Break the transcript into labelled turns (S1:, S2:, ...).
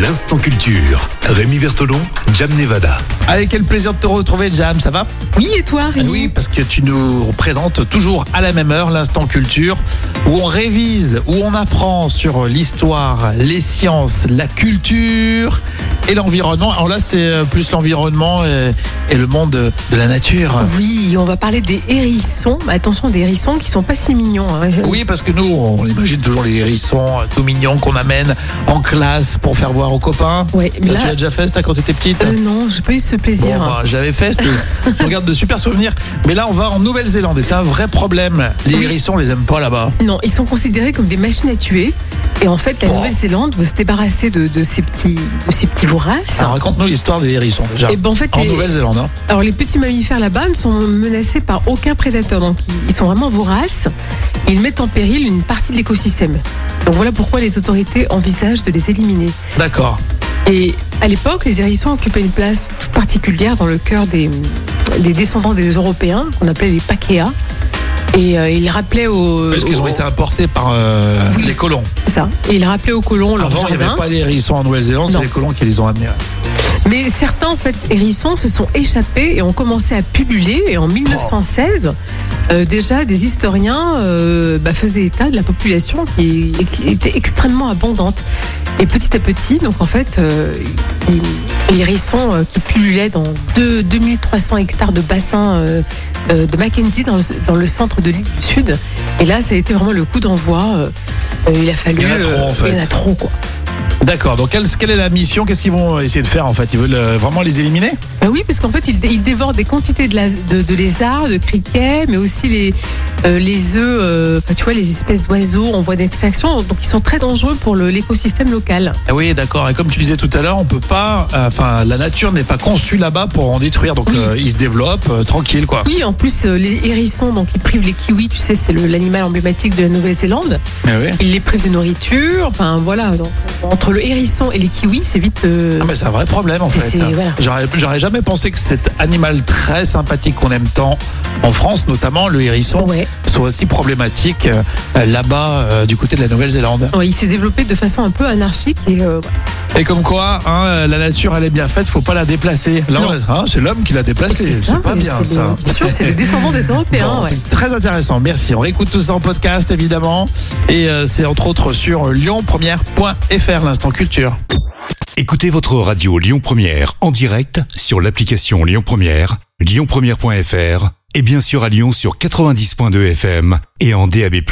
S1: L'instant culture. Rémi Bertolon, Jam Nevada.
S2: Allez, quel plaisir de te retrouver, Jam, ça va
S3: Oui, et toi,
S2: Eh
S3: Rémi
S2: Oui, parce que tu nous présentes toujours à la même heure l'instant culture, où on révise, où on apprend sur l'histoire, les sciences, la culture et l'environnement. Alors là, c'est euh, plus l'environnement et, et le monde de de la nature.
S3: Oui, on va parler des hérissons. Attention, des hérissons qui sont pas si mignons. hein.
S2: Oui, parce que nous, on imagine toujours les hérissons euh, tout mignons qu'on amène en classe pour faire voir aux copains. Euh,
S3: Ouais, mais
S2: Tu
S3: là,
S2: l'as déjà fait, ça, quand t'étais petite
S3: euh, non, j'ai pas eu ce
S2: Bon,
S3: plaisir.
S2: bah, j'avais fait, je te- je regarde de super souvenirs. Mais là, on va en Nouvelle-Zélande et c'est un vrai problème. Les
S3: Oui.
S2: hérissons, on les aime pas là-bas.
S3: Non, ils sont considérés comme des machines à tuer. Et en fait, la
S2: Bon.
S3: Nouvelle-Zélande veut se débarrasser de, de ces petits, de ces petits voraces.
S2: Alors, raconte-nous l'histoire des hérissons déjà.
S3: Et ben en fait,
S2: En
S3: les,
S2: Nouvelle-Zélande, hein.
S3: alors les petits mammifères là-bas ne sont menacés par aucun prédateur, donc ils, ils sont vraiment voraces. Et Ils mettent en péril une partie de l'écosystème. Donc voilà pourquoi les autorités envisagent de les éliminer.
S2: D'accord.
S3: Et à l'époque, les hérissons occupaient une place toute particulière dans le cœur des, des descendants des Européens, qu'on appelait les Paquéas. Et euh, oh. ils rappelaient aux.
S2: Parce qu'ils ont
S3: aux-
S2: été importés par euh, les colons.
S3: Ça. Et ils rappelaient aux colons leur
S2: Avant, il n'y
S3: jardin.
S2: avait pas les hérissons en Nouvelle-Zélande, c'est
S3: Non.
S2: les colons qui les ont amenés.
S3: Mais certains, en fait, hérissons se sont échappés et ont commencé à pulluler. Et en 1916, euh, déjà, des historiens euh, bah, faisaient état de la population qui, qui était extrêmement abondante. Et petit à petit, donc en fait, euh, il- les hérissons euh, qui pullulaient dans deux- 2300 hectares de bassin euh, euh, de Mackenzie dans le, dans le centre de l'île du Sud. Et là, ça a été vraiment le coup d'envoi. euh, euh, il a fallu. euh,
S2: Il y en a trop, en fait.
S3: Il y en a trop, quoi.
S2: D'accord. Donc, quelle, quelle est la mission Qu'est-ce qu'ils vont essayer de faire en fait Ils veulent euh, vraiment les éliminer
S3: Bah oui, parce qu'en fait, ils il dévorent des quantités de, la- de, de lézards, de criquets, mais aussi les, euh, les œufs, euh, enfin, tu vois, les espèces d'oiseaux en voie d'extinction. Donc, ils sont très dangereux pour le- l'écosystème local.
S2: Ah Oui, d'accord. Et comme tu disais tout à l'heure, on peut pas. euh, Enfin, la nature n'est pas conçue là-bas pour en détruire. Donc,
S3: Oui.
S2: euh, ils se développent euh, tranquille, quoi.
S3: Oui, en plus, euh, les hérissons, donc, ils privent les kiwis, tu sais, c'est le- l'animal emblématique de la Nouvelle-Zélande.
S2: Mais oui.
S3: Ils les privent de nourriture. Enfin, voilà. donc, entre le hérisson et les kiwis, c'est vite. euh,
S2: Ah, mais c'est un vrai problème en
S3: C'est-
S2: fait.
S3: c'est- voilà.
S2: J'aurais- J'aurais jamais pensé que cet animal très sympathique qu'on aime tant en France, notamment le hérisson,
S3: ouais.
S2: soit aussi problématique euh, euh, là-bas euh, du côté de la Nouvelle-Zélande.
S3: Ouais, il s'est développé de façon un peu anarchique et euh,
S2: Et comme quoi, hein, euh, la nature elle est bien faite, faut pas la déplacer. Là,
S3: Non.
S2: on a- hein, c'est l'homme qui l'a déplacée. C'est pas
S3: mais
S2: bien
S3: c'est
S2: ça.
S3: le- Bien sûr, c'est les descendants des Européens.
S2: Bon,
S3: ouais.
S2: C'est très intéressant, merci. On réécoute tout ça en podcast évidemment. Et euh, c'est entre autres sur lyonpremière.fr, l'instant culture.
S1: Écoutez votre radio Lyon Première en direct sur l'application Lyon Première, lyonpremière.fr et bien sûr à Lyon sur 90.2 FM et en DAB+.